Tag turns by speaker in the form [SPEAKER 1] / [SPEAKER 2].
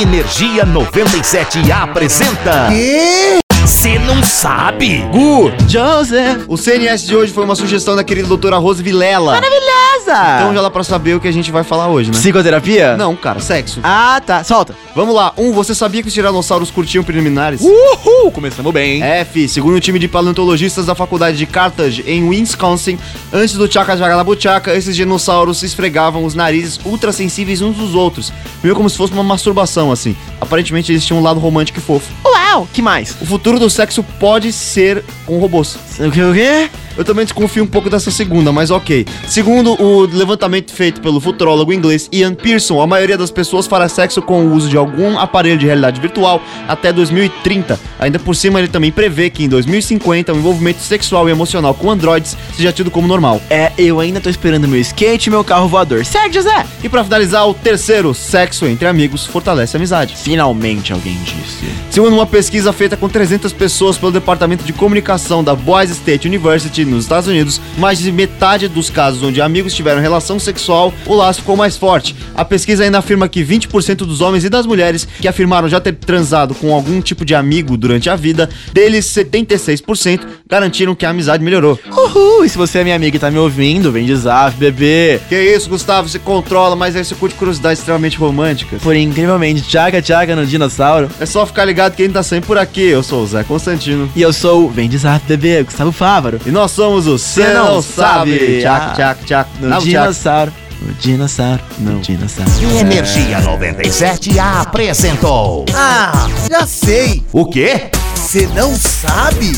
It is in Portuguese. [SPEAKER 1] Energia 97 apresenta.
[SPEAKER 2] E...
[SPEAKER 1] Você não sabe?
[SPEAKER 2] Gu, Joseph. O CNS de hoje foi uma sugestão da querida doutora Rose Vilela.
[SPEAKER 3] Maravilhosa!
[SPEAKER 2] Então já dá pra saber o que a gente vai falar hoje, né?
[SPEAKER 3] Psicoterapia?
[SPEAKER 2] Não, cara, sexo.
[SPEAKER 3] Ah, tá. Solta. Uh!
[SPEAKER 2] Vamos lá. Um, você sabia que os tiranossauros curtiam preliminares?
[SPEAKER 3] Uhul! Começamos bem.
[SPEAKER 2] F, segundo o time de paleontologistas da faculdade de Carthage, em Wisconsin, antes do tchaca jagalabutchaca, esses dinossauros esfregavam os narizes ultrassensíveis uns dos outros, meio como se fosse uma masturbação, assim. Aparentemente eles tinham um lado romântico e fofo.
[SPEAKER 3] Uau! Que mais?
[SPEAKER 2] O futuro do sexo pode ser com robôs.
[SPEAKER 3] O que, o quê?
[SPEAKER 2] Eu também desconfio um pouco dessa segunda, mas ok. Segundo o levantamento feito pelo futurólogo inglês Ian Pearson, a maioria das pessoas fará sexo com o uso de algum aparelho de realidade virtual até 2030. Ainda por cima, ele também prevê que em 2050 o envolvimento sexual e emocional com androides seja tido como normal.
[SPEAKER 3] É, eu ainda tô esperando meu skate e meu carro voador. Segue, José!
[SPEAKER 2] E pra finalizar, o terceiro, sexo entre amigos fortalece a amizade.
[SPEAKER 3] Finalmente alguém disse.
[SPEAKER 2] Segundo uma pesquisa feita com 300 pessoas pelo Departamento de Comunicação da Boise State University nos Estados Unidos, mais de metade dos casos onde amigos tiveram relação sexual, o laço ficou mais forte. A pesquisa ainda afirma que 20% dos homens e das mulheres que afirmaram já ter transado com algum tipo de amigo durante a vida, deles 76% garantiram que a amizade melhorou.
[SPEAKER 3] Uhul! E se você é minha amiga e tá me ouvindo, vem de zap, bebê.
[SPEAKER 2] Que isso, Gustavo, se controla, mas aí você curte curiosidades extremamente românticas.
[SPEAKER 3] Por incrivelmente, tchaga tchaga no dinossauro.
[SPEAKER 2] É só ficar ligado que a gente tá sempre por aqui. Eu sou o Zé Constantino.
[SPEAKER 3] E eu sou o Vem de zap, bebê, Gustavo Fávaro.
[SPEAKER 2] E nós somos o Cê
[SPEAKER 3] não
[SPEAKER 2] Não Sabe.
[SPEAKER 3] sabe.
[SPEAKER 2] Tchac, tchac, tchac.
[SPEAKER 3] No
[SPEAKER 2] Não, tchac.
[SPEAKER 3] dinossauro. No dinossauro.
[SPEAKER 2] Não.
[SPEAKER 3] No dinossauro.
[SPEAKER 1] Energia 97 apresentou.
[SPEAKER 4] Ah, já sei.
[SPEAKER 1] O quê?
[SPEAKER 4] Você não sabe?